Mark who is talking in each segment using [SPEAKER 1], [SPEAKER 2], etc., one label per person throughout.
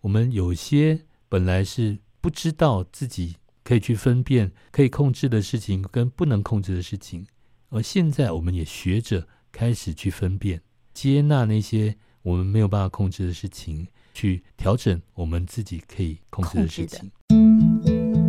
[SPEAKER 1] 我们有些本来是不知道自己可以去分辨可以控制的事情跟不能控制的事情，而现在我们也学着开始去分辨、接纳那些我们没有办法控制的事情，去调整我们自己可以控制的事
[SPEAKER 2] 控制的
[SPEAKER 1] 情。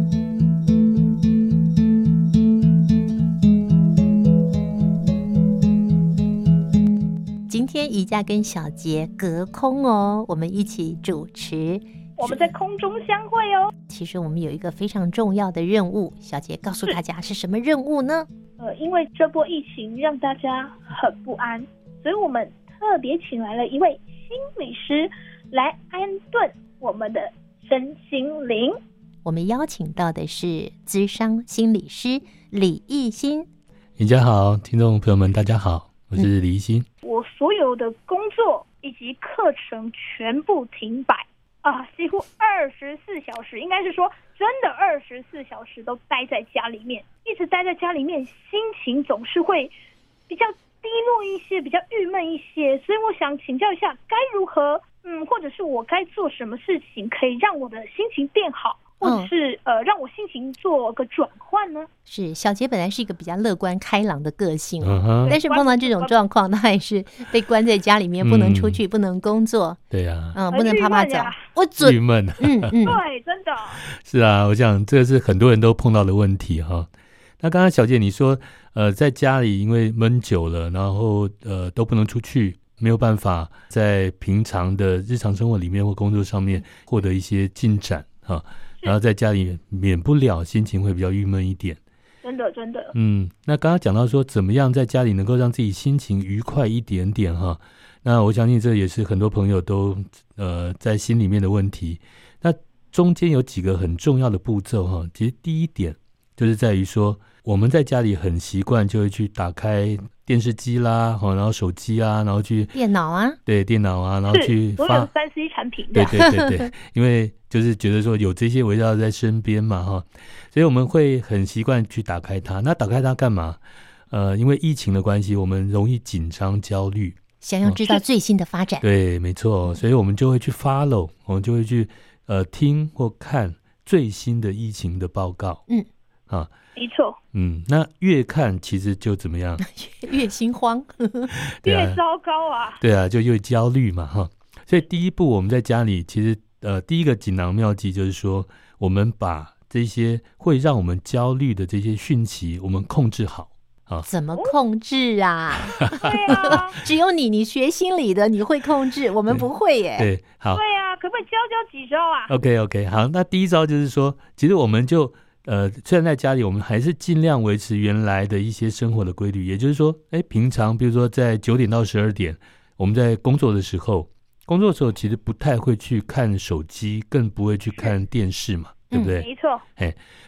[SPEAKER 2] 今天宜家跟小杰隔空哦，我们一起主持。
[SPEAKER 3] 我们在空中相会哦。
[SPEAKER 2] 其实我们有一个非常重要的任务，小杰告诉大家是什么任务呢？
[SPEAKER 3] 呃，因为这波疫情让大家很不安，所以我们特别请来了一位心理师来安顿我们的身心灵。
[SPEAKER 2] 我们邀请到的是资商心理师李艺兴。
[SPEAKER 1] 人家好，听众朋友们，大家好，我
[SPEAKER 2] 嗯
[SPEAKER 1] 是李一欣。
[SPEAKER 3] 我所有的工作以及课程全部停摆啊，几乎二十四小时，应该是说真的二十四小时都待在家里面，一直待在家里面，心情总是会比较低落一些，比较郁闷一些。所以我想请教一下，该如何，嗯，或者是我该做什么事情可以让我的心情变好，
[SPEAKER 1] 嗯
[SPEAKER 3] 或者是呃让我心情做个转换呢？
[SPEAKER 2] 是小杰本来是一个比较乐观开朗的个性哦，
[SPEAKER 1] 嗯哼，
[SPEAKER 2] 但是碰到这种状况，他也是被关在家里面，不能出去，不能工作，
[SPEAKER 1] 对呀、
[SPEAKER 2] 嗯，
[SPEAKER 3] 很
[SPEAKER 2] 不能
[SPEAKER 3] 郁
[SPEAKER 2] 啪啪
[SPEAKER 3] 闷
[SPEAKER 2] 走
[SPEAKER 3] 呀，
[SPEAKER 2] 我
[SPEAKER 1] 啊，郁
[SPEAKER 2] 准，
[SPEAKER 1] 闷。
[SPEAKER 2] 嗯嗯，
[SPEAKER 3] 对，真的，
[SPEAKER 1] 是啊，我想这是很多人都碰到的问题哈。那刚刚小姐你说，呃，在家里因为闷久了，然后呃都不能出去，没有办法在平常的日常生活里面或工作上面获得一些进展啊，然后在家里免不了心情会比较郁闷一点。
[SPEAKER 3] 真的，真的，
[SPEAKER 1] 嗯，那刚刚讲到说，怎么样在家里能够让自己心情愉快一点点哈？那我相信这也是很多朋友都呃在心里面的问题。那中间有几个很重要的步骤哈，其实第一点就是在于说，我们在家里很习惯就会去打开电视机啦，哈，然后手机啊，然后去
[SPEAKER 2] 电脑啊，
[SPEAKER 1] 对电脑啊，然后去
[SPEAKER 3] 是所有
[SPEAKER 1] 发
[SPEAKER 3] 三 C 产品
[SPEAKER 1] 对
[SPEAKER 3] 的，
[SPEAKER 1] 对对对，因为就是觉得说有这些围绕在身边嘛哈，所以我们会很习惯去打开它。那打开它干嘛？呃，因为疫情的关系，我们容易紧张、焦虑。
[SPEAKER 2] 想要知道最新的 发展，
[SPEAKER 1] 对，没错，所以我们就会去 follow，我们就会去呃听或看最新的疫情的报告。
[SPEAKER 2] 嗯，
[SPEAKER 1] 啊，
[SPEAKER 3] 没错。
[SPEAKER 1] 嗯，那越看其实就怎么样？
[SPEAKER 2] 越心慌，
[SPEAKER 1] 对啊
[SPEAKER 3] 越糟 糕啊！
[SPEAKER 1] 对啊，就越焦虑嘛哈。所以第一步，我们在家里其实呃，第一个锦囊妙计就是说，我们把这些会让我们焦虑的这些讯息，我们控制好。
[SPEAKER 2] 怎么控制啊？
[SPEAKER 3] 对啊，
[SPEAKER 2] 只有你，你学心理的，你会控制，我们不会耶。
[SPEAKER 1] 对，好
[SPEAKER 3] 对啊，可不可以教教几招啊？
[SPEAKER 1] ，OK OK，好。那第一招就是说，其实我们就呃，虽然在家里，我们还是尽量维持原来的一些生活的规律，也就是说，哎，平常比如说在九点到十二点，我们在工作的时候，工作的时候其实不太会去看手机，更不会去看电视嘛，对不对？
[SPEAKER 3] 嗯没错，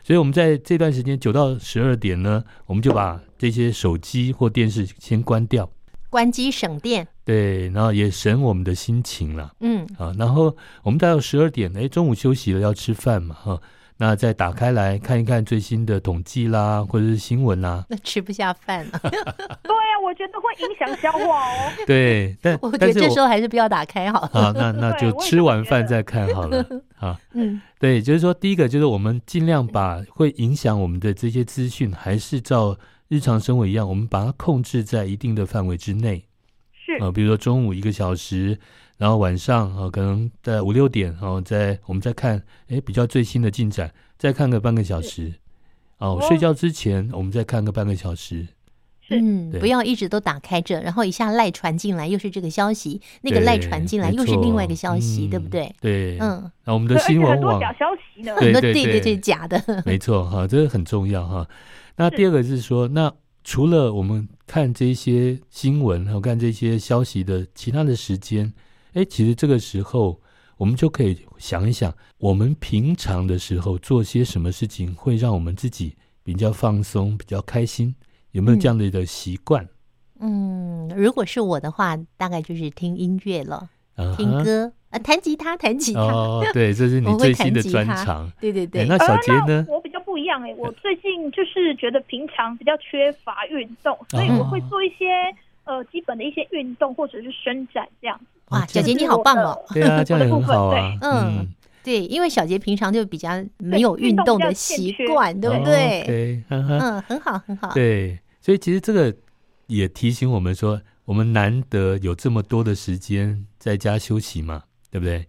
[SPEAKER 1] 所以我们在这段时间九到十二点呢，我们就把这些手机或电视先关掉，
[SPEAKER 2] 关机省电，
[SPEAKER 1] 对，然后也省我们的心情了
[SPEAKER 2] 嗯，
[SPEAKER 1] 啊。然后我们到十二点，哎，中午休息了要吃饭嘛，哈、那再打开来看一看最新的统计啦，或者是新闻啦，
[SPEAKER 2] 那吃不下饭了。
[SPEAKER 3] 对啊，我觉得会影响消化哦。
[SPEAKER 1] 对，但
[SPEAKER 2] 我觉
[SPEAKER 1] 但
[SPEAKER 2] 得
[SPEAKER 1] 是
[SPEAKER 2] 这时
[SPEAKER 1] 我
[SPEAKER 2] 候还是不要打开好了。
[SPEAKER 1] 啊，那那
[SPEAKER 3] 对
[SPEAKER 1] 就
[SPEAKER 3] 我也
[SPEAKER 1] 吃
[SPEAKER 3] 这么
[SPEAKER 1] 完
[SPEAKER 3] 觉
[SPEAKER 1] 饭
[SPEAKER 3] 得
[SPEAKER 1] 再看好了啊。
[SPEAKER 2] 嗯，
[SPEAKER 1] 对，就是说，第一个就是我们尽量把会影响我们的这些资讯，还是照日常生活一样，我们把它控制在一定的范围之内。
[SPEAKER 3] 是，
[SPEAKER 1] 呃，比如说中午一个小时，然后晚上啊、呃可能在五六点哦，在我们再看，哎，比较最新的进展，再看个半个小时。哦，
[SPEAKER 3] 哦
[SPEAKER 1] 睡觉之前我们再看个半个小时。
[SPEAKER 3] 是
[SPEAKER 2] 嗯，
[SPEAKER 1] 对
[SPEAKER 2] 不要一直都打开着，然后一下赖传进来又是这个消息，那个
[SPEAKER 1] 对
[SPEAKER 2] 赖传进来
[SPEAKER 1] 没
[SPEAKER 2] 又是另外一
[SPEAKER 1] 错
[SPEAKER 2] 个消息，对不
[SPEAKER 1] 嗯
[SPEAKER 2] 对？
[SPEAKER 1] 对，嗯，
[SPEAKER 2] 嗯，
[SPEAKER 1] 那我们
[SPEAKER 3] 对
[SPEAKER 1] 的
[SPEAKER 3] 而且
[SPEAKER 1] 新闻
[SPEAKER 3] 很 多
[SPEAKER 1] 网
[SPEAKER 3] 假消息呢。
[SPEAKER 1] 对
[SPEAKER 2] 很多
[SPEAKER 1] 对
[SPEAKER 2] 对
[SPEAKER 1] 对
[SPEAKER 2] 对对假的，
[SPEAKER 1] 没错哈，这个很重要哈。那第二个是说，那除了我们看这些新闻和看这些消息的其他的时间，哎，其实这个时候我们就可以想一想，我们平常的时候做些什么事情会让我们自己比较放松、比较开心，有没有这样的一个习惯？
[SPEAKER 2] 嗯，如果是我的话，大概就是听音乐了，
[SPEAKER 1] 啊
[SPEAKER 2] 听
[SPEAKER 1] 哈
[SPEAKER 2] 歌，啊，弹吉他，弹吉他，
[SPEAKER 1] 哦，对，这是你
[SPEAKER 2] 我
[SPEAKER 1] 最
[SPEAKER 2] 会
[SPEAKER 1] 新的
[SPEAKER 2] 弹吉
[SPEAKER 1] 专
[SPEAKER 2] 他
[SPEAKER 1] 长。
[SPEAKER 2] 对 对
[SPEAKER 1] 哎
[SPEAKER 2] 对，
[SPEAKER 1] 那小杰
[SPEAKER 3] 呃
[SPEAKER 1] 呢，？
[SPEAKER 3] 那我比较不一样哎、我最近就是觉得平常比较缺
[SPEAKER 1] 嗯
[SPEAKER 3] 乏运动，所以我会做一些呃基本的一些运动或者是伸展这样。
[SPEAKER 1] 啊
[SPEAKER 2] 哇，
[SPEAKER 1] 这样
[SPEAKER 2] 小杰你好棒哦！
[SPEAKER 1] 对啊，这样也
[SPEAKER 3] 我
[SPEAKER 1] 很
[SPEAKER 3] 的部分
[SPEAKER 1] 好啊。
[SPEAKER 2] 对嗯，对，因为小杰平常就比较没有运动的习惯，对
[SPEAKER 1] 哦
[SPEAKER 2] 不对？
[SPEAKER 1] ？OK，哈哈
[SPEAKER 2] 嗯，很好，很
[SPEAKER 3] 啊
[SPEAKER 2] 好。
[SPEAKER 1] 对，所以其实这个也提醒我们说，我们难得有这么多的时间在家休息嘛，对不对？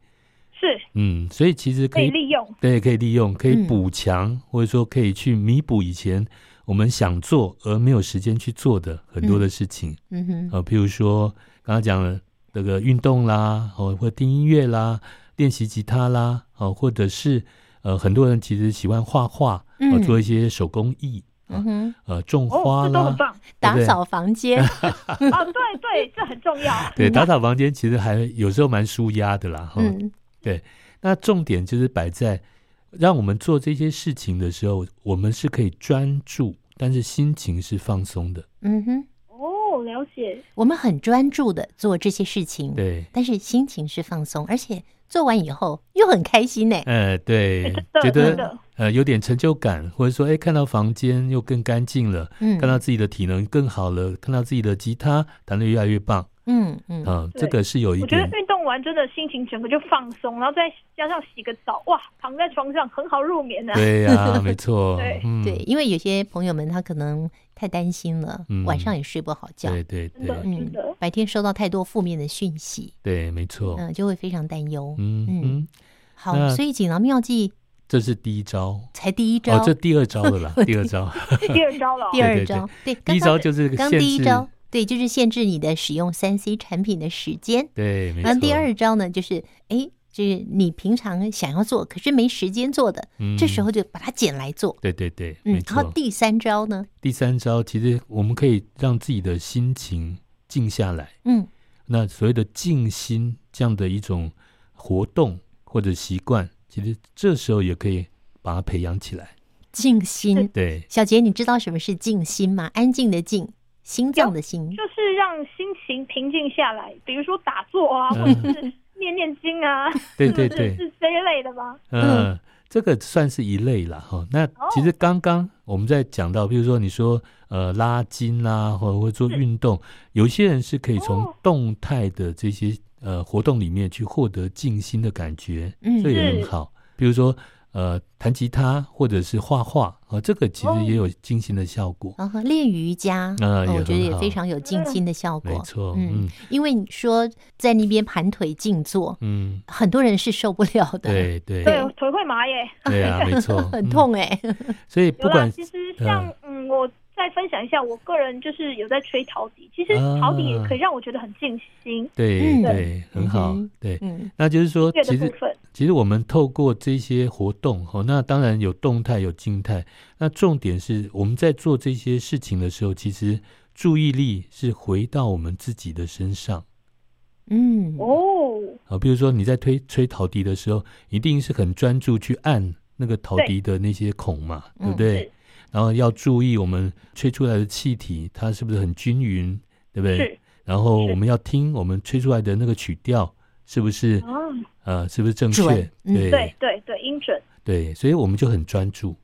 [SPEAKER 3] 是
[SPEAKER 1] 嗯，所以其实
[SPEAKER 3] 可
[SPEAKER 1] 可
[SPEAKER 3] 以
[SPEAKER 1] 以
[SPEAKER 3] 利用，
[SPEAKER 1] 对，可以利用，可以
[SPEAKER 2] 嗯
[SPEAKER 1] 补强，或者说可以去弥补以前我们想做而没有时间去做的很多的事情。
[SPEAKER 2] 嗯哼，
[SPEAKER 1] 呃，譬如说刚刚讲的那个运动啦，哦，或听音乐啦，练习吉他啦，哦，或者是呃，很多人其实喜欢画画，呃，
[SPEAKER 2] 嗯
[SPEAKER 1] 做一些手工艺，
[SPEAKER 2] 嗯哼，
[SPEAKER 1] 呃，种花
[SPEAKER 3] 哦，这都
[SPEAKER 1] 啦
[SPEAKER 3] 很，棒。
[SPEAKER 1] 对不
[SPEAKER 2] 打
[SPEAKER 1] 对
[SPEAKER 2] 扫房间，
[SPEAKER 3] 哦，对 对，这很重要。
[SPEAKER 1] 对，打扫房间其实还有时候蛮舒压的啦，哈、
[SPEAKER 2] 嗯
[SPEAKER 1] 那重点就是摆在让我们做这些事情的时候，我们是可以专注，但是心情是放松的。
[SPEAKER 2] 嗯哼，
[SPEAKER 3] 哦，了解，
[SPEAKER 2] 我们很专注的做这些事情，
[SPEAKER 1] 对，
[SPEAKER 2] 但是心情是放松，而且做完以后又很开心 呢。
[SPEAKER 1] 呃，对
[SPEAKER 3] 哎真，
[SPEAKER 1] 觉
[SPEAKER 3] 的
[SPEAKER 1] 得
[SPEAKER 3] 真的，
[SPEAKER 1] 呃有点成就感，或者说，哎，看到房间又更干净了，
[SPEAKER 2] 嗯，
[SPEAKER 1] 看到自己的体能更好了，看到自己的吉他弹得越来越棒，
[SPEAKER 2] 嗯嗯，
[SPEAKER 1] 啊、
[SPEAKER 3] 对
[SPEAKER 1] 这个是有一
[SPEAKER 3] 我觉得
[SPEAKER 1] 点，
[SPEAKER 3] 运动完真的心情整个就放松，然后再加上洗个澡，哇，躺在床上很好入眠啊。
[SPEAKER 1] 对呀、没错，
[SPEAKER 3] 对
[SPEAKER 1] 嗯，
[SPEAKER 2] 对，因为有些朋友们他可能太担心了，
[SPEAKER 1] 嗯
[SPEAKER 2] 晚上也睡不好觉，
[SPEAKER 1] 对对
[SPEAKER 3] 真的
[SPEAKER 1] 对
[SPEAKER 2] 嗯
[SPEAKER 3] 真的，
[SPEAKER 2] 白天收到太多负面的讯息，
[SPEAKER 1] 对，没错，
[SPEAKER 2] 嗯，就会非常担忧。
[SPEAKER 1] 哦嗯嗯，
[SPEAKER 2] 好，
[SPEAKER 1] 那
[SPEAKER 2] 所以锦囊妙计
[SPEAKER 1] 这是第一招，
[SPEAKER 2] 才第一
[SPEAKER 1] 哦
[SPEAKER 2] 招，，
[SPEAKER 1] 这第二招了 啦，第二招，
[SPEAKER 3] 第二招了哦，
[SPEAKER 2] 第二
[SPEAKER 1] 对对
[SPEAKER 2] 招，对，
[SPEAKER 1] 第
[SPEAKER 2] 刚
[SPEAKER 1] 一
[SPEAKER 2] 刚
[SPEAKER 1] 招
[SPEAKER 2] 的
[SPEAKER 1] 就是
[SPEAKER 2] 刚
[SPEAKER 1] 限
[SPEAKER 2] 第一
[SPEAKER 1] 制
[SPEAKER 2] 招，对，就是限制你的使用三 C 产品的时间。
[SPEAKER 1] 对，没错。
[SPEAKER 2] 那第二招呢，就是哎，就是你平常想要做可是没时间做的，
[SPEAKER 1] 嗯，
[SPEAKER 2] 这时候就把它捡来做。
[SPEAKER 1] 对对对，没
[SPEAKER 2] 嗯，然
[SPEAKER 1] 错。
[SPEAKER 2] 后第三招呢，
[SPEAKER 1] 第三招，其实我们可以让自己的心情静下来。
[SPEAKER 2] 嗯
[SPEAKER 1] 那所谓的静心这样的一种活动或者习惯，其实这时候也可以把它培养起来。
[SPEAKER 2] 静心。
[SPEAKER 1] 对，
[SPEAKER 2] 小杰，你知道什么是静心吗？安静的静，心脏的心。
[SPEAKER 3] 就是让心情平静下来，比如说打坐啊，或
[SPEAKER 1] 嗯
[SPEAKER 3] 者是念念经啊，
[SPEAKER 1] 对对
[SPEAKER 3] 是
[SPEAKER 1] 对，
[SPEAKER 3] 是这一类的吧。
[SPEAKER 1] 嗯，这个算是一类了哈。那
[SPEAKER 3] 哦
[SPEAKER 1] 其实刚刚我们在讲到，比如说你说呃拉筋啦、或或者做运动，有些人是可以从
[SPEAKER 3] 哦
[SPEAKER 1] 动态的这些呃活动里面去获得静心的感觉，
[SPEAKER 2] 嗯
[SPEAKER 1] 这也很
[SPEAKER 3] 是
[SPEAKER 1] 好。比如说呃弹吉他或者是画画啊、这个其实也有静心的效果。
[SPEAKER 2] 然后啊练瑜伽，
[SPEAKER 1] 啊
[SPEAKER 2] 哦
[SPEAKER 1] 也
[SPEAKER 2] 我觉得
[SPEAKER 1] 很
[SPEAKER 2] 也
[SPEAKER 1] 好
[SPEAKER 2] 非常有静心的效果。
[SPEAKER 1] 没错，
[SPEAKER 2] 嗯
[SPEAKER 1] 嗯，
[SPEAKER 2] 因为你说在那边盘腿静坐，
[SPEAKER 1] 嗯，
[SPEAKER 2] 很多人是受不了的，
[SPEAKER 1] 对对
[SPEAKER 3] 对，腿会麻耶。
[SPEAKER 1] 对啊，没 错，
[SPEAKER 2] 很
[SPEAKER 1] 嗯。
[SPEAKER 2] 痛哎、
[SPEAKER 1] 所以不
[SPEAKER 3] 有啦，
[SPEAKER 1] 管
[SPEAKER 3] 其实像嗯，我再分享一下，我个人就是有在吹陶笛，其实
[SPEAKER 1] 啊
[SPEAKER 3] 陶笛也可以让我觉得很静心。
[SPEAKER 1] 对
[SPEAKER 2] 嗯
[SPEAKER 1] 对很好
[SPEAKER 2] 嗯哼，
[SPEAKER 1] 对，
[SPEAKER 2] 嗯
[SPEAKER 1] 那就是说
[SPEAKER 3] 乐，的
[SPEAKER 1] 其
[SPEAKER 3] 部
[SPEAKER 1] 实
[SPEAKER 3] 分，
[SPEAKER 1] 其实我们透过这些活动，哦，那当然有动态有静态，那重点是我们在做这些事情的时候，其实注意力是回到我们自己的身上
[SPEAKER 2] 嗯，
[SPEAKER 3] 哦，
[SPEAKER 1] 啊。比如说你在推吹陶笛的时候，一定是很专注去按那个陶笛的那些孔嘛，
[SPEAKER 2] 对
[SPEAKER 1] 对不对？
[SPEAKER 3] 嗯是
[SPEAKER 1] 然后要注意我们吹出来的气体，它是不是很均匀，对不对
[SPEAKER 3] 是？
[SPEAKER 1] 然后
[SPEAKER 3] 是
[SPEAKER 1] 我们要听我们吹出来的那个曲调是不是
[SPEAKER 3] 嗯，
[SPEAKER 1] 呃是不是正确
[SPEAKER 2] 准？嗯
[SPEAKER 3] 对对对，音准
[SPEAKER 1] 对，所以我们就很专注。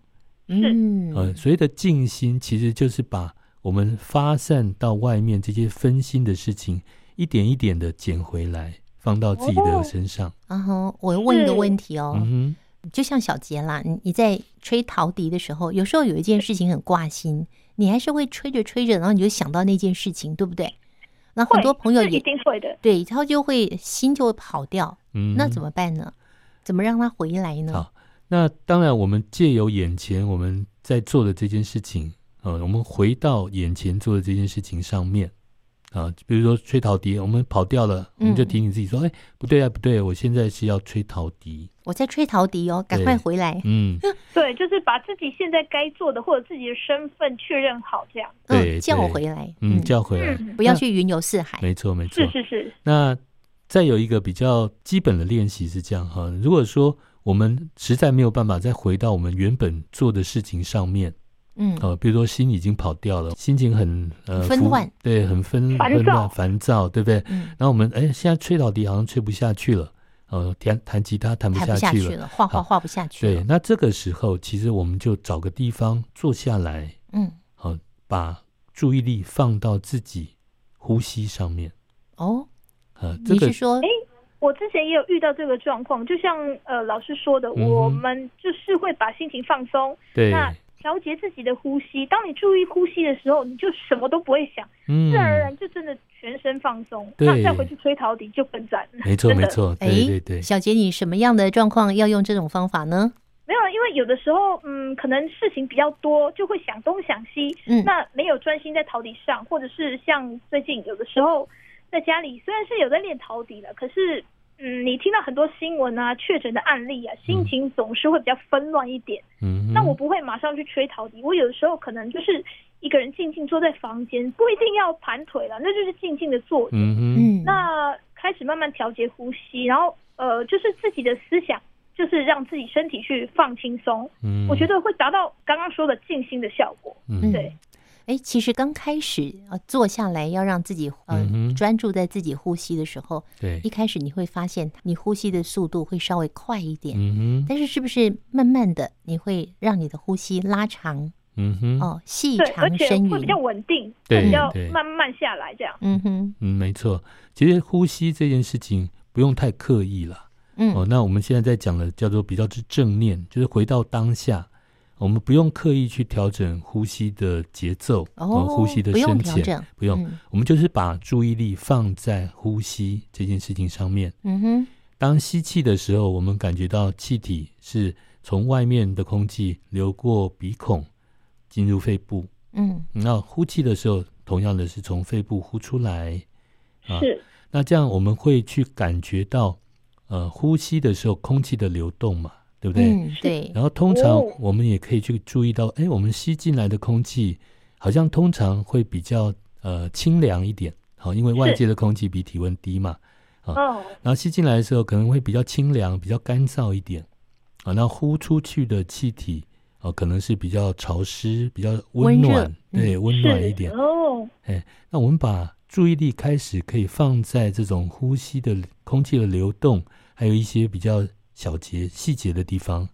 [SPEAKER 2] 嗯
[SPEAKER 1] 呃，所谓的静心，其实就是把我们发散到外面这些分心的事情，一点一点的捡回来，放到自己的
[SPEAKER 3] 哦
[SPEAKER 1] 身上。
[SPEAKER 2] 然后我问一个
[SPEAKER 3] 是
[SPEAKER 2] 问题哦，
[SPEAKER 1] 嗯
[SPEAKER 2] 就像小杰啦，你你在吹陶笛的时候，有时候有一件事情很挂心，你还是会吹着吹着，然后你就想到那件事情，对不对？那很
[SPEAKER 3] 会，
[SPEAKER 2] 多朋友
[SPEAKER 3] 是一
[SPEAKER 2] 也
[SPEAKER 3] 定会的。
[SPEAKER 2] 对，他就会心就会跑掉，
[SPEAKER 1] 哼，嗯，
[SPEAKER 2] 那怎？么办呢？怎么让他回来呢
[SPEAKER 1] 好？那当然，我们借由眼前我们在做的这件事情，呃，我们回到眼前做的这件事情上面。啊，比如说吹陶笛，我们跑掉了，我们就
[SPEAKER 2] 嗯
[SPEAKER 1] 提醒自己说：“哎、不对啊，不对啊，我现在是要吹陶笛。
[SPEAKER 2] 我在吹陶笛哦，赶
[SPEAKER 1] 对
[SPEAKER 2] 快回来”。
[SPEAKER 1] 嗯，
[SPEAKER 3] 对，就是把自己现在该做的或者自己的身份确认好，这样。
[SPEAKER 1] 对
[SPEAKER 2] 嗯，叫我
[SPEAKER 1] 对
[SPEAKER 2] 回来。
[SPEAKER 1] 嗯，叫回来，
[SPEAKER 3] 嗯，
[SPEAKER 2] 不要
[SPEAKER 1] 那
[SPEAKER 2] 去云游四海。
[SPEAKER 1] 没错，没错，
[SPEAKER 3] 是是是，
[SPEAKER 1] 那再有一个比较基本的练习是这样哈，如果说我们实在没有办法再回到我们原本做的事情上面，
[SPEAKER 2] 嗯
[SPEAKER 1] 呃，比如说心已经跑掉了，心情很呃
[SPEAKER 2] 纷
[SPEAKER 1] 浮
[SPEAKER 2] 乱
[SPEAKER 1] 对，很纷
[SPEAKER 3] 烦
[SPEAKER 1] 纷乱
[SPEAKER 3] 躁
[SPEAKER 1] 烦躁，对不对？
[SPEAKER 2] 嗯，
[SPEAKER 1] 然后我们哎，现在吹到底好像吹不下去了，呃，弹弹吉他弹不
[SPEAKER 2] 弹不
[SPEAKER 1] 下
[SPEAKER 2] 下
[SPEAKER 1] 去
[SPEAKER 2] 去
[SPEAKER 1] 了，
[SPEAKER 2] 了，画画
[SPEAKER 1] 好
[SPEAKER 2] 画不下去
[SPEAKER 1] 对，
[SPEAKER 2] 了。
[SPEAKER 1] 那这个时候其实我们就找个地方坐下来，哦
[SPEAKER 2] 嗯，
[SPEAKER 1] 好、把注意力放到自己呼吸上面。
[SPEAKER 2] 哦，
[SPEAKER 1] 啊，这
[SPEAKER 2] 你
[SPEAKER 1] 个
[SPEAKER 2] 是说
[SPEAKER 3] 哎我之前也有遇到这个状况，就像呃老师说的，
[SPEAKER 1] 嗯哼
[SPEAKER 3] 我们就是会把心情放松，
[SPEAKER 1] 对，
[SPEAKER 3] 那调节自己的呼吸。当你注意呼吸的时候，你就什么都不会想，
[SPEAKER 1] 嗯
[SPEAKER 3] 自，然而然就真的全身放松。
[SPEAKER 1] 对
[SPEAKER 3] 那再回去吹陶笛就更赞，
[SPEAKER 1] 没错
[SPEAKER 3] 真
[SPEAKER 1] 没
[SPEAKER 3] 的
[SPEAKER 1] 错，
[SPEAKER 2] 哎
[SPEAKER 1] 对对对，
[SPEAKER 2] 小杰，你什么样的状况要用这种方法呢？
[SPEAKER 3] 没有，啊因为有的时候，嗯，可能事情比较多，就会想东想西，
[SPEAKER 2] 嗯
[SPEAKER 3] 那没有专心在陶笛上，或者是像最近有的时候在家里，虽然是有在练陶笛了，可是，嗯，你听到很多新闻啊、确诊的案例啊，心情总是会比较纷乱一点。
[SPEAKER 1] 嗯嗯哼，
[SPEAKER 3] 那我不会马上去吹陶笛，我有的时候可能就是一个人静静坐在房间，不一定要盘腿了，那就是静静的坐着。
[SPEAKER 1] 嗯哼，
[SPEAKER 2] 嗯，
[SPEAKER 3] 那开始慢慢调节呼吸，然后呃，就是自己的思想，就是让自己身体去放轻松，
[SPEAKER 1] 嗯，
[SPEAKER 3] 我觉得会达到刚刚说的静心的效果。
[SPEAKER 1] 嗯
[SPEAKER 2] 嗯
[SPEAKER 3] 对，
[SPEAKER 2] 哎，其实刚开始呃坐下来要让自己呃、
[SPEAKER 1] 嗯哼
[SPEAKER 2] 专注在自己呼吸的时候，
[SPEAKER 1] 对
[SPEAKER 2] 一，开始你会发现你呼吸的速度会稍微快一点，
[SPEAKER 1] 嗯哼，
[SPEAKER 2] 但是是不是慢慢的你会让你的呼吸拉长、
[SPEAKER 1] 嗯哼，
[SPEAKER 2] 哦，细
[SPEAKER 3] 对，而
[SPEAKER 2] 长
[SPEAKER 3] 且
[SPEAKER 2] 深
[SPEAKER 3] 会比较
[SPEAKER 2] 匀，
[SPEAKER 3] 稳定，
[SPEAKER 1] 对
[SPEAKER 3] 会比较
[SPEAKER 1] 对
[SPEAKER 3] 慢慢下来这样。
[SPEAKER 2] 嗯哼，
[SPEAKER 1] 嗯，没错。其实呼吸这件事情不用太刻意了。
[SPEAKER 2] 嗯
[SPEAKER 1] 哦，那我们现在在讲的叫做比较之正念，就是回到当下，我们不用刻意去调整呼吸的节奏，
[SPEAKER 2] 哦
[SPEAKER 1] 呼吸的
[SPEAKER 2] 不用
[SPEAKER 1] 深
[SPEAKER 2] 调整
[SPEAKER 1] 浅，不用，
[SPEAKER 2] 嗯
[SPEAKER 1] 我们就是把注意力放在呼吸这件事情上面。
[SPEAKER 2] 嗯哼，
[SPEAKER 1] 当吸气的时候，我们感觉到气体是从外面的空气流过鼻孔进入肺部，
[SPEAKER 2] 嗯
[SPEAKER 1] 那呼气的时候，同样的是从肺部呼出来。啊
[SPEAKER 3] 是，
[SPEAKER 1] 那这样我们会去感觉到，呃，呼吸的时候空气的流动嘛，对不对？
[SPEAKER 2] 嗯对，
[SPEAKER 1] 然后通常
[SPEAKER 3] 哦
[SPEAKER 1] 我们也可以去注意到，哎，我们吸进来的空气好像通常会比较呃清凉一点，好、因为外界的空气比体温低嘛。
[SPEAKER 3] 哦，
[SPEAKER 1] 然后吸进来的时候可能会比较清凉、比较干燥一点，啊，那呼出去的气体啊，可能是比较潮湿、比较温
[SPEAKER 2] 温热
[SPEAKER 1] 暖，
[SPEAKER 2] 嗯
[SPEAKER 1] 对，温暖一点
[SPEAKER 3] 是。哦，
[SPEAKER 1] 那我们把注意力开始可以放在这种呼吸的空气的流动，还有一些比较小节细节的地方，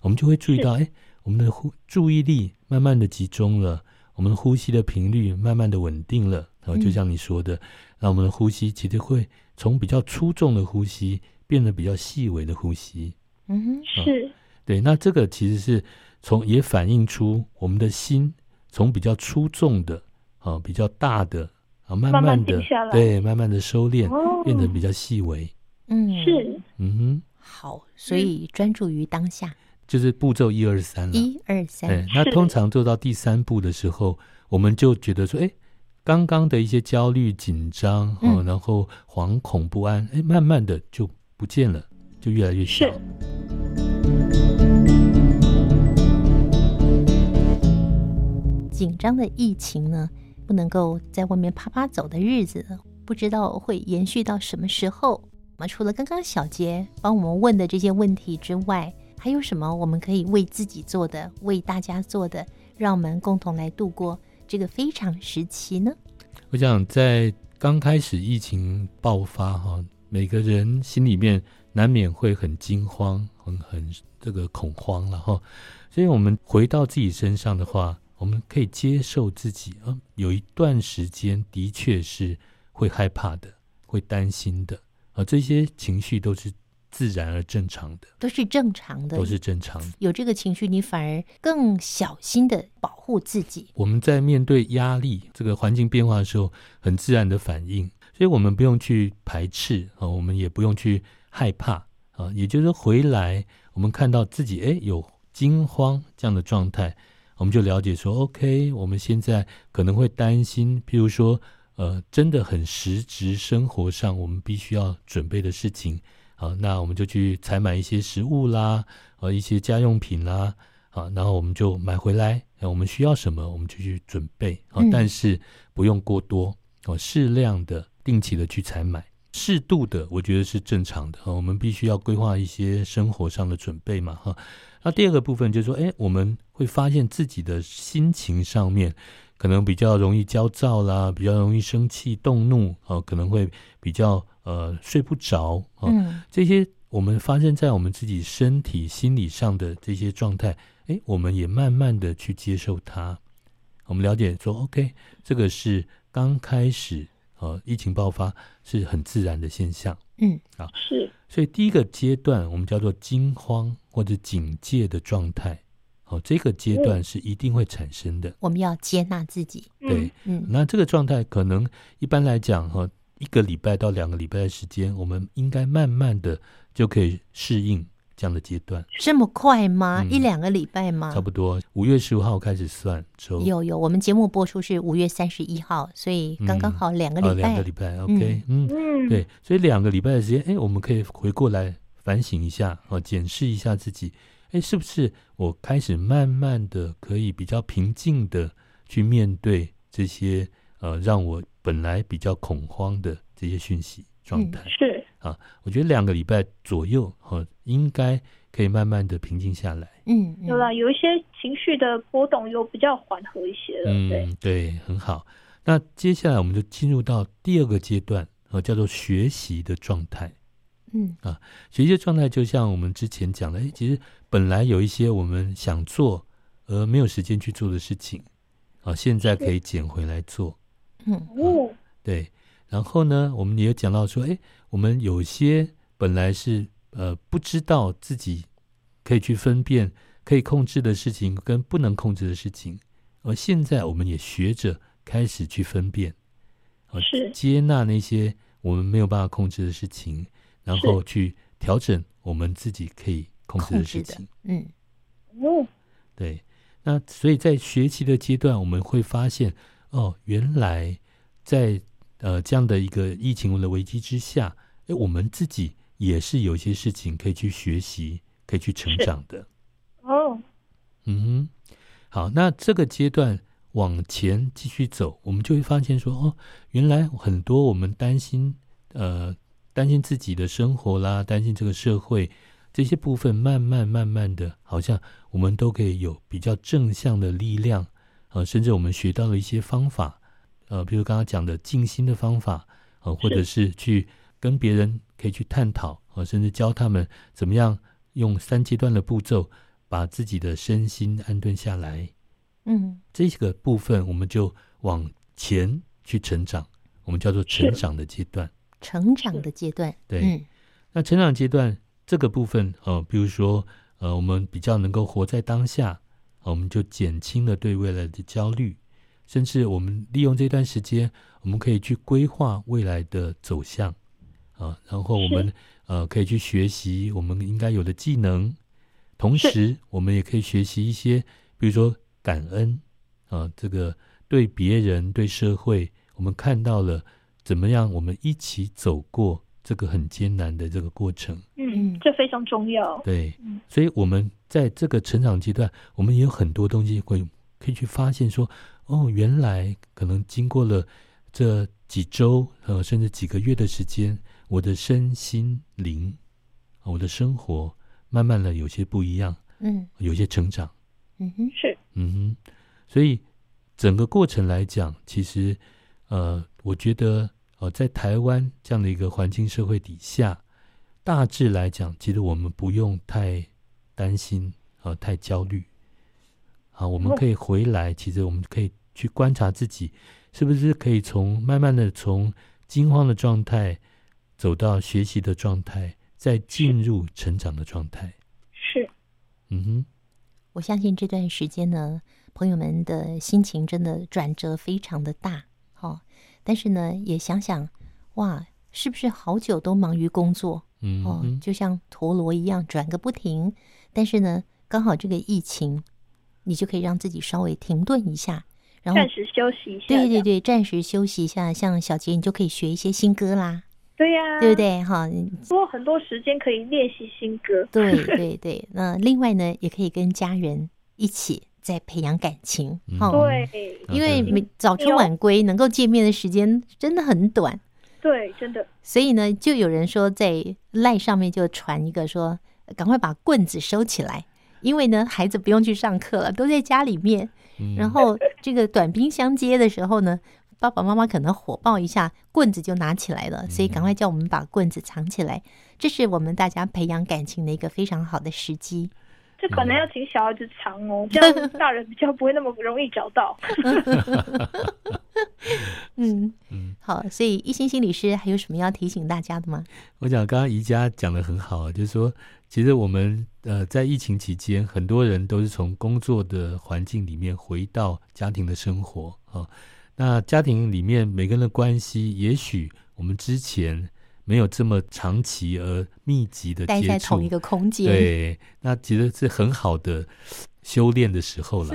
[SPEAKER 1] 我们就会注意到，哎，我们的呼注意力慢慢的集中了，我们的呼吸的频率慢慢的稳定了，然后就
[SPEAKER 2] 嗯
[SPEAKER 1] 像你说的，那我们的呼吸其实会从比较粗重的呼吸变得比较细微的呼吸。
[SPEAKER 2] 嗯哼，
[SPEAKER 1] 啊
[SPEAKER 3] 是，
[SPEAKER 1] 对，那这个其实是从也反映出我们的心从比较出众的啊，比较大的啊，慢
[SPEAKER 3] 慢慢
[SPEAKER 1] 的
[SPEAKER 3] 静下来
[SPEAKER 1] 对，慢慢的收敛，
[SPEAKER 3] 哦，
[SPEAKER 1] 变得比较细微。
[SPEAKER 2] 嗯
[SPEAKER 3] 是，嗯
[SPEAKER 1] 嗯
[SPEAKER 2] 好，所以专注于当下，
[SPEAKER 1] 哼，就是步骤一二三了。
[SPEAKER 2] 一二
[SPEAKER 1] 嗯对
[SPEAKER 2] 三，，
[SPEAKER 1] 那
[SPEAKER 3] 是
[SPEAKER 1] 通常做到第三步的时候，我们就觉得说，哎，刚刚的一些焦虑、紧张哦，
[SPEAKER 2] 嗯
[SPEAKER 1] 然后惶恐不安，哎，慢慢的就不见了，就越来越小
[SPEAKER 3] 是。
[SPEAKER 2] 紧张的疫情呢，不能够在外面啪啪走的日子，不知道会延续到什么时候。那除了刚刚小杰帮我们问的这些问题之外，还有什么我们可以为自己做的、为大家做的，让我们共同来度过这个非常时期呢？
[SPEAKER 1] 我想在刚开始疫情爆发哈，每个人心里面难免会很惊慌，很很这个恐慌了哈。所以我们回到自己身上的话，我们可以接受自己啊、呃有一段时间的确是会害怕的，会担心的啊、呃这些情绪都是自然而正常的，
[SPEAKER 2] 都是正常的，
[SPEAKER 1] 都是正常的。
[SPEAKER 2] 有这个情绪，你反而更小心的保护自己。
[SPEAKER 1] 我们在面对压力、这个环境变化的时候，很自然的反应，所以我们不用去排斥啊、我们也不用去害怕啊、也就是说回来，我们看到自己诶有惊慌这样的状态，我们就了解说，OK，我们现在可能会担心，譬如说，呃，真的很实质生活上我们必须要准备的事情啊、那我们就去采买一些食物啦，呃，一些家用品啦，啊，然后我们就买回来，呃我们需要什么我们就去准备啊
[SPEAKER 2] 嗯，
[SPEAKER 1] 但是不用过多哦，适量的、定期的去采买，适度的，我觉得是正常的啊。我们必须要规划一些生活上的准备嘛哈。那第二个部分就是说，哎，我们会发现自己的心情上面可能比较容易焦躁啦，比较容易生气、动怒哦，可能会比较呃睡不着哦，
[SPEAKER 2] 嗯
[SPEAKER 1] 这些我们发生在我们自己身体、心理上的这些状态，诶，我们也慢慢的去接受它。我们了解说，OK，这个是刚开始啊、呃疫情爆发是很自然的现象。
[SPEAKER 2] 嗯
[SPEAKER 3] 是
[SPEAKER 1] 所以第一个阶段我们叫做惊慌或者警戒的状态，哦，这个阶段是一定会产生的。
[SPEAKER 2] 我们要接纳自己，
[SPEAKER 1] 对，
[SPEAKER 3] 嗯
[SPEAKER 2] 嗯
[SPEAKER 1] 那这个状态可能一般来讲哈，一个礼拜到两个礼拜的时间，我们应该慢慢的就可以适应这样的阶段，
[SPEAKER 2] 这么快吗？
[SPEAKER 1] 嗯
[SPEAKER 2] 一两个礼拜吗？
[SPEAKER 1] 差不多五月十五号开始算，周
[SPEAKER 2] 啊有有，我们节目播出是五月三十一号，所以刚刚
[SPEAKER 1] 嗯
[SPEAKER 2] 好两个
[SPEAKER 1] 呃
[SPEAKER 2] 礼
[SPEAKER 1] 两个
[SPEAKER 2] 拜
[SPEAKER 1] 礼。拜，OK，嗯，
[SPEAKER 3] 嗯，
[SPEAKER 1] 对，所以两个礼拜的时间，哎，我们可以回过来反省一下，哦，检视一下自己，哎，是不是我开始慢慢的可以比较平静的去面对这些呃让我本来比较恐慌的这些讯息状
[SPEAKER 2] 嗯
[SPEAKER 1] 态。
[SPEAKER 3] 是
[SPEAKER 1] 我觉得两个礼拜左右，哈、应该可以慢慢的平静下来。
[SPEAKER 2] 嗯
[SPEAKER 3] 有
[SPEAKER 2] 嗯
[SPEAKER 3] 了有一些情绪的波动有比较缓和一些了，对，
[SPEAKER 1] 嗯，对，很好。那接下来我们就进入到第二个阶段，呃，叫做学习的状态。
[SPEAKER 2] 嗯
[SPEAKER 1] 学习的状态就像我们之前讲的，哎，其实本来有一些我们想做而没有时间去做的事情，啊，现在可以捡回来做。
[SPEAKER 2] 嗯
[SPEAKER 3] 哦，
[SPEAKER 1] 对，然后呢，我们也有讲到说，哎，我们有些本来是呃不知道自己可以去分辨可以控制的事情跟不能控制的事情，而现在我们也学着开始去分辨，呃
[SPEAKER 3] 是
[SPEAKER 1] 接纳那些我们没有办法控制的事情，然后去调整我们自己可以控制
[SPEAKER 2] 控
[SPEAKER 1] 的事
[SPEAKER 2] 制的
[SPEAKER 1] 情。，
[SPEAKER 2] 嗯
[SPEAKER 3] 哦，
[SPEAKER 1] 对，那所以在学习的阶段，我们会发现，哦，原来在呃这样的一个疫情的危机之下，哎，我们自己也是有一些事情可以去学习，可以去成
[SPEAKER 3] 是
[SPEAKER 1] 长的。
[SPEAKER 3] 哦，
[SPEAKER 1] 嗯哼，好，那这个阶段往前继续走，我们就会发现说，哦，原来很多我们担心，呃，担心自己的生活啦，担心这个社会这些部分，慢慢慢慢的，好像我们都可以有比较正向的力量，呃，甚至我们学到了一些方法，呃，比如刚刚讲的静心的方法，呃，或者是去跟别人可以去探讨，呃，甚至教他们怎么样用三阶段的步骤把自己的身心安顿下来，
[SPEAKER 2] 嗯
[SPEAKER 1] 这个部分我们就往前去成长，我们叫做成长的阶段。
[SPEAKER 2] 成长的阶段，
[SPEAKER 1] 对
[SPEAKER 2] 嗯
[SPEAKER 1] 那成长阶段这个部分，呃，比如说，呃，我们比较能够活在当下，呃我们就减轻了对未来的焦虑，甚至我们利用这段时间，我们可以去规划未来的走向，啊、然后我们呃可以去学习我们应该有的技能，同时我们也可以学习一些，比如说感恩，啊、这个对别人、对社会，我们看到了怎么样，我们一起走过这个很艰难的这个过程。
[SPEAKER 3] 嗯
[SPEAKER 2] 嗯，
[SPEAKER 3] 这非常重要，
[SPEAKER 1] 对
[SPEAKER 3] 嗯，
[SPEAKER 1] 所以我们在这个成长阶段，我们也有很多东西会可以去发现说，哦，原来可能经过了这几周，呃，甚至几个月的时间，我的身心灵，呃我的生活，慢慢的有些不一样，
[SPEAKER 2] 嗯
[SPEAKER 1] 有些成长。
[SPEAKER 2] 嗯哼
[SPEAKER 3] 是
[SPEAKER 1] 嗯哼，所以整个过程来讲，其实呃，我觉得呃，在台湾这样的一个环境社会底下，大致来讲，其实我们不用太担心呃，太焦虑。啊，我们
[SPEAKER 3] 哦
[SPEAKER 1] 可以回来，其实我们可以去观察自己，是不是可以从慢慢的从惊慌的状态走到学习的状态，再进入成长的状态。
[SPEAKER 3] 是，
[SPEAKER 1] 嗯哼，
[SPEAKER 2] 我相信这段时间呢，朋友们的心情真的转折非常的大，哦。但是呢，也想想，哇，是不是好久都忙于工作
[SPEAKER 1] 嗯
[SPEAKER 2] 哦，
[SPEAKER 1] 哼，
[SPEAKER 2] 就像陀螺一样转个不停。但是呢，刚好这个疫情，你就可以让自己稍微停顿一下，然后
[SPEAKER 3] 暂时休息一下，
[SPEAKER 2] 对对对，暂时休息一下。像小杰，你就可以学一些新歌啦，
[SPEAKER 3] 对呀、
[SPEAKER 2] 对不？对？哈，你
[SPEAKER 3] 多很多时间可以练习新歌，
[SPEAKER 2] 对对对，那另外呢，也可以跟家人一起再培养感情，
[SPEAKER 1] 嗯
[SPEAKER 2] 哈、
[SPEAKER 3] 对
[SPEAKER 1] 啊
[SPEAKER 2] 因为
[SPEAKER 1] 对
[SPEAKER 2] 每早出晚归，能够见面的时间真的很短，
[SPEAKER 3] 对，真的，
[SPEAKER 2] 所以呢，就有人说在赖上面就传一个说，呃赶快把棍子收起来，因为呢，孩子不用去上课了，都在家里面。
[SPEAKER 1] 嗯
[SPEAKER 2] 然后这个短兵相接的时候呢，爸爸妈妈可能火爆一下，棍子就拿起来
[SPEAKER 1] 嗯
[SPEAKER 2] 了，所以赶快叫我们把棍子藏起来，这是我们大家培养感情的一个非常好的时机。
[SPEAKER 3] 这可能要请小孩子藏哦，
[SPEAKER 2] 嗯
[SPEAKER 3] 这样 大人比较不会那么容易找到。
[SPEAKER 2] 嗯
[SPEAKER 1] 嗯，
[SPEAKER 2] 好，所以一心心理师还有什么要提醒大家的吗？
[SPEAKER 1] 我讲刚刚宜家讲的很好啊，就是说，其实我们呃在疫情期间，很多人都是从工作的环境里面回到家庭的生活啊。那家庭里面每个人的关系，也许我们之前没有这么长期而密集的
[SPEAKER 2] 待
[SPEAKER 1] 接
[SPEAKER 2] 在同一
[SPEAKER 1] 触，
[SPEAKER 2] 个空间，
[SPEAKER 1] 对，那其实是很好的修炼的时候了。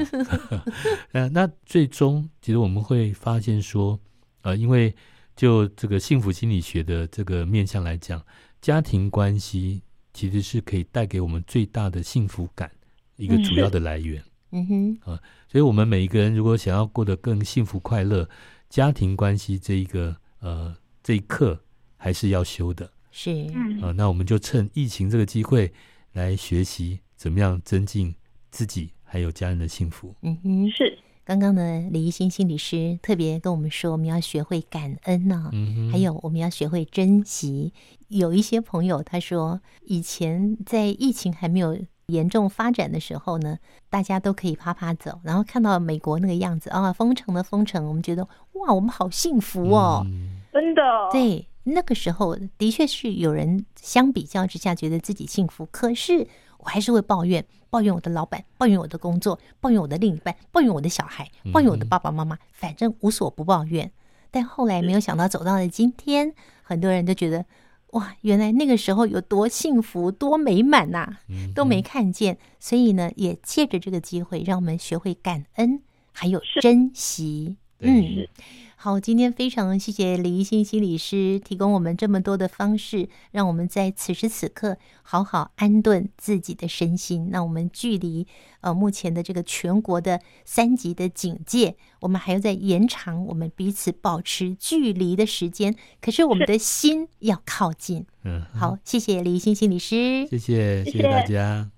[SPEAKER 1] 那那最终，其实我们会发现说，呃，因为就这个幸福心理学的这个面向来讲，家庭关系其实是可以带给我们最大的幸福感一个
[SPEAKER 2] 嗯
[SPEAKER 1] 主要的来源。
[SPEAKER 2] 嗯哼，
[SPEAKER 1] 所以，我们每一个人如果想要过得更幸福快乐，家庭关系这一个呃这一课还是要修的。
[SPEAKER 2] 是，
[SPEAKER 3] 嗯
[SPEAKER 1] 啊、那我们就趁疫情这个机会来学习怎么样增进自己还有家人的幸福。
[SPEAKER 2] 嗯哼。
[SPEAKER 3] 是
[SPEAKER 2] 刚刚呢，李一心心理师特别跟我们说，我们要学会感恩呢、
[SPEAKER 1] 嗯哼，
[SPEAKER 2] 还有我们要学会珍惜。有一些朋友他说，以前在疫情还没有严重发展的时候呢，大家都可以啪啪走，然后看到美国那个样子啊，封城的封城，我们觉得哇，我们好幸福哦。
[SPEAKER 1] 嗯
[SPEAKER 3] 真的，
[SPEAKER 2] 对，那个时候的确是有人相比较之下觉得自己幸福，可是我还是会抱怨，抱怨我的老板，抱怨我的工作，抱怨我的另一半，抱怨我的小孩，抱怨我的
[SPEAKER 1] 嗯哼
[SPEAKER 2] 爸爸妈妈，反正无所不抱怨。但后来没有想到，走到了今天，很多人都觉得哇，原来那个时候有多幸福、多美满呐、
[SPEAKER 1] 嗯
[SPEAKER 2] 都没看见。所以呢，也借着这个机会，让我们学会感恩，还有
[SPEAKER 3] 是
[SPEAKER 2] 珍惜。
[SPEAKER 1] 对
[SPEAKER 2] 嗯
[SPEAKER 1] 是，
[SPEAKER 2] 好，今天非常谢谢李一新心理师提供我们这么多的方式，让我们在此时此刻好好安顿自己的身心。那我们距离呃目前的这个全国的三级的警戒，我们还要再延长我们彼此保持距离的时间，可是我们的心要靠近。
[SPEAKER 1] 嗯，
[SPEAKER 2] 好，谢谢李一新心理师。
[SPEAKER 1] 谢谢谢
[SPEAKER 3] 谢
[SPEAKER 1] 谢大家，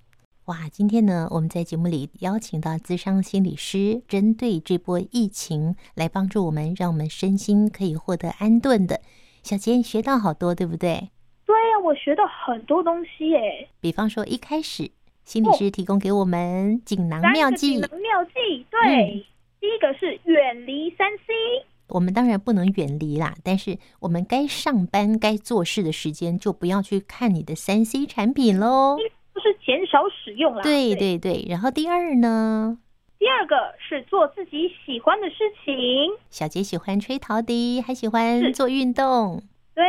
[SPEAKER 2] 哇，今天呢，我们在节目里邀请到资商心理师，针对这波疫情来帮助我们，让我们身心可以获得安顿的。小杰，你学到好多，对不对？
[SPEAKER 3] 对啊呀，我学到很多东西耶，
[SPEAKER 2] 比方说，一开始心
[SPEAKER 3] 哦
[SPEAKER 2] 理师提供给我们锦囊
[SPEAKER 3] 三
[SPEAKER 2] 妙嗯
[SPEAKER 3] 个
[SPEAKER 2] 计，
[SPEAKER 3] 锦囊妙计，对，第一个是远离三 C，
[SPEAKER 2] 我们当然不能远离啦，但是我们该上班、该做事的时间，就不要去看你的三 C 产品喽。
[SPEAKER 3] 就是减少使用啦。
[SPEAKER 2] 对对对，然后第二呢，
[SPEAKER 3] 第二个是做自己喜欢的事情，
[SPEAKER 2] 小杰喜欢吹陶笛，还喜欢
[SPEAKER 3] 是
[SPEAKER 2] 做运动。
[SPEAKER 3] 对，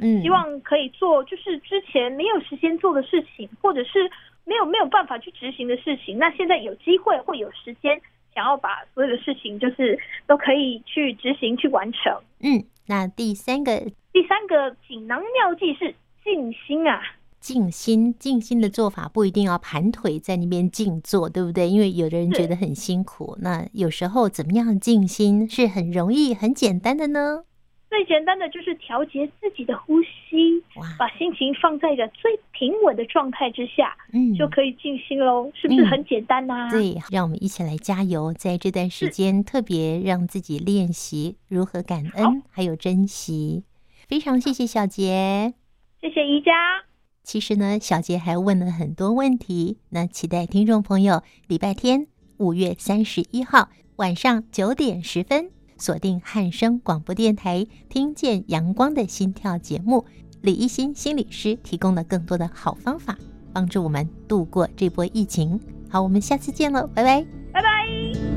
[SPEAKER 2] 嗯
[SPEAKER 3] 希望可以做就是之前没有时间做的事情，或者是没有没有办法去执行的事情，那现在有机会或有时间，想要把所有的事情就是都可以去执行去完成。
[SPEAKER 2] 嗯，那第三个
[SPEAKER 3] 第三个锦囊妙计是静心啊，
[SPEAKER 2] 静心，静心的做法不一定要盘腿在那边静坐，对不对？因为有的人
[SPEAKER 3] 是
[SPEAKER 2] 觉得很辛苦。那有时候怎么样静心是很容易、很简单的呢？
[SPEAKER 3] 最简单的就是调节自己的呼吸，
[SPEAKER 2] 哇，
[SPEAKER 3] 把心情放在一个最平稳的状态之下，
[SPEAKER 2] 嗯，
[SPEAKER 3] 就可以静心喽，是不是
[SPEAKER 2] 嗯
[SPEAKER 3] 很简单啊呐、
[SPEAKER 2] 对，让我们一起来加油，在这段时
[SPEAKER 3] 是
[SPEAKER 2] 间特别让自己练习如何感恩，还有珍惜。非常谢谢小杰。
[SPEAKER 3] 谢谢宜家，
[SPEAKER 2] 其实呢，小杰还问了很多问题，那期待听众朋友礼拜天五月三十一号晚上九点十分锁定汉声广播电台，听见阳光的心跳节目，李一新心理师提供了更多的好方法，帮助我们度过这波疫情。好，我们下次见喽，拜拜。
[SPEAKER 3] 拜拜。